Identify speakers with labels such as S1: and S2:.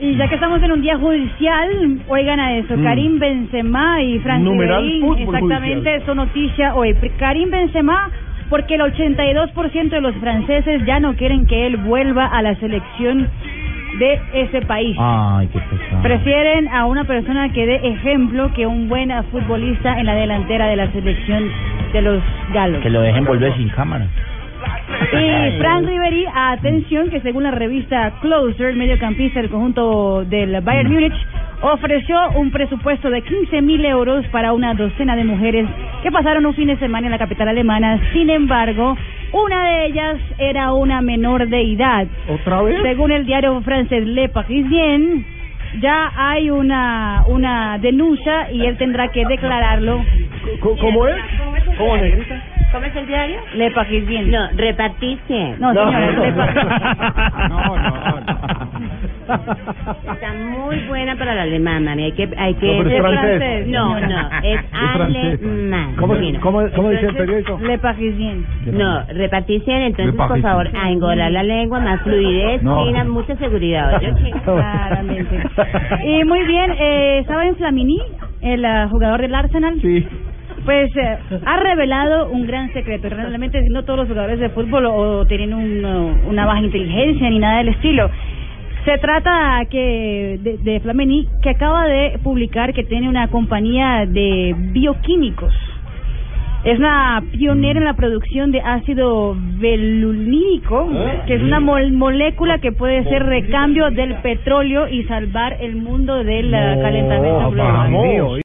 S1: Y ya que estamos en un día judicial, oigan a eso, Karim Benzema y Francis
S2: Mm. Numeral
S1: Bellerín,
S2: fútbol
S1: exactamente,
S2: judicial.
S1: eso noticia hoy. Pr- Karim Benzema, porque el 82% de los franceses ya no quieren que él vuelva a la selección de ese país.
S2: Ay, qué pesado.
S1: Prefieren a una persona que dé ejemplo que un buen futbolista en la delantera de la selección de los galos.
S2: que lo dejen volver sin cámara.
S1: Y Fran Riveri, atención, que según la revista Closer, el mediocampista del conjunto del Bayern Múnich, ofreció un presupuesto de 15 mil euros para una docena de mujeres que pasaron un fin de semana en la capital alemana. Sin embargo, una de ellas era una menor de edad.
S2: ¿Otra vez?
S1: Según el diario francés Le Parisien, ya hay una, una denuncia y él tendrá que declararlo.
S2: ¿Cómo, es? ¿Cómo negrita?
S1: Le Parisien.
S3: No, repartirse.
S1: No, señora, Le
S2: No, no,
S3: Está muy buena para la alemana, María. Hay que, hay que.
S2: No, pero es
S1: Es
S2: francés.
S1: francés.
S3: No, no, es Eh,
S2: francés.
S3: alemán.
S2: ¿Cómo,
S3: Bueno.
S2: cómo, cómo dice el periódico?
S1: Le Parisien.
S3: No, repartirse, entonces, por
S2: Repartirse.
S3: favor,
S1: Ah,
S3: a engolar la lengua, más fluidez,
S2: No.
S3: fina, mucha seguridad. ¿oye?
S1: Claramente. Y muy bien, eh, ¿saben Flamini, el ah, jugador del Arsenal?
S2: Sí.
S1: Pues eh, ha revelado un gran secreto. Realmente no todos los jugadores de fútbol o, o tienen un, o, una baja inteligencia ni nada del estilo. Se trata que de, de Flamini que acaba de publicar que tiene una compañía de bioquímicos. Es una pionera en la producción de ácido velulínico, que es una mol- molécula que puede ser recambio del petróleo y salvar el mundo del ah, uh, calentamiento global.
S2: vamos.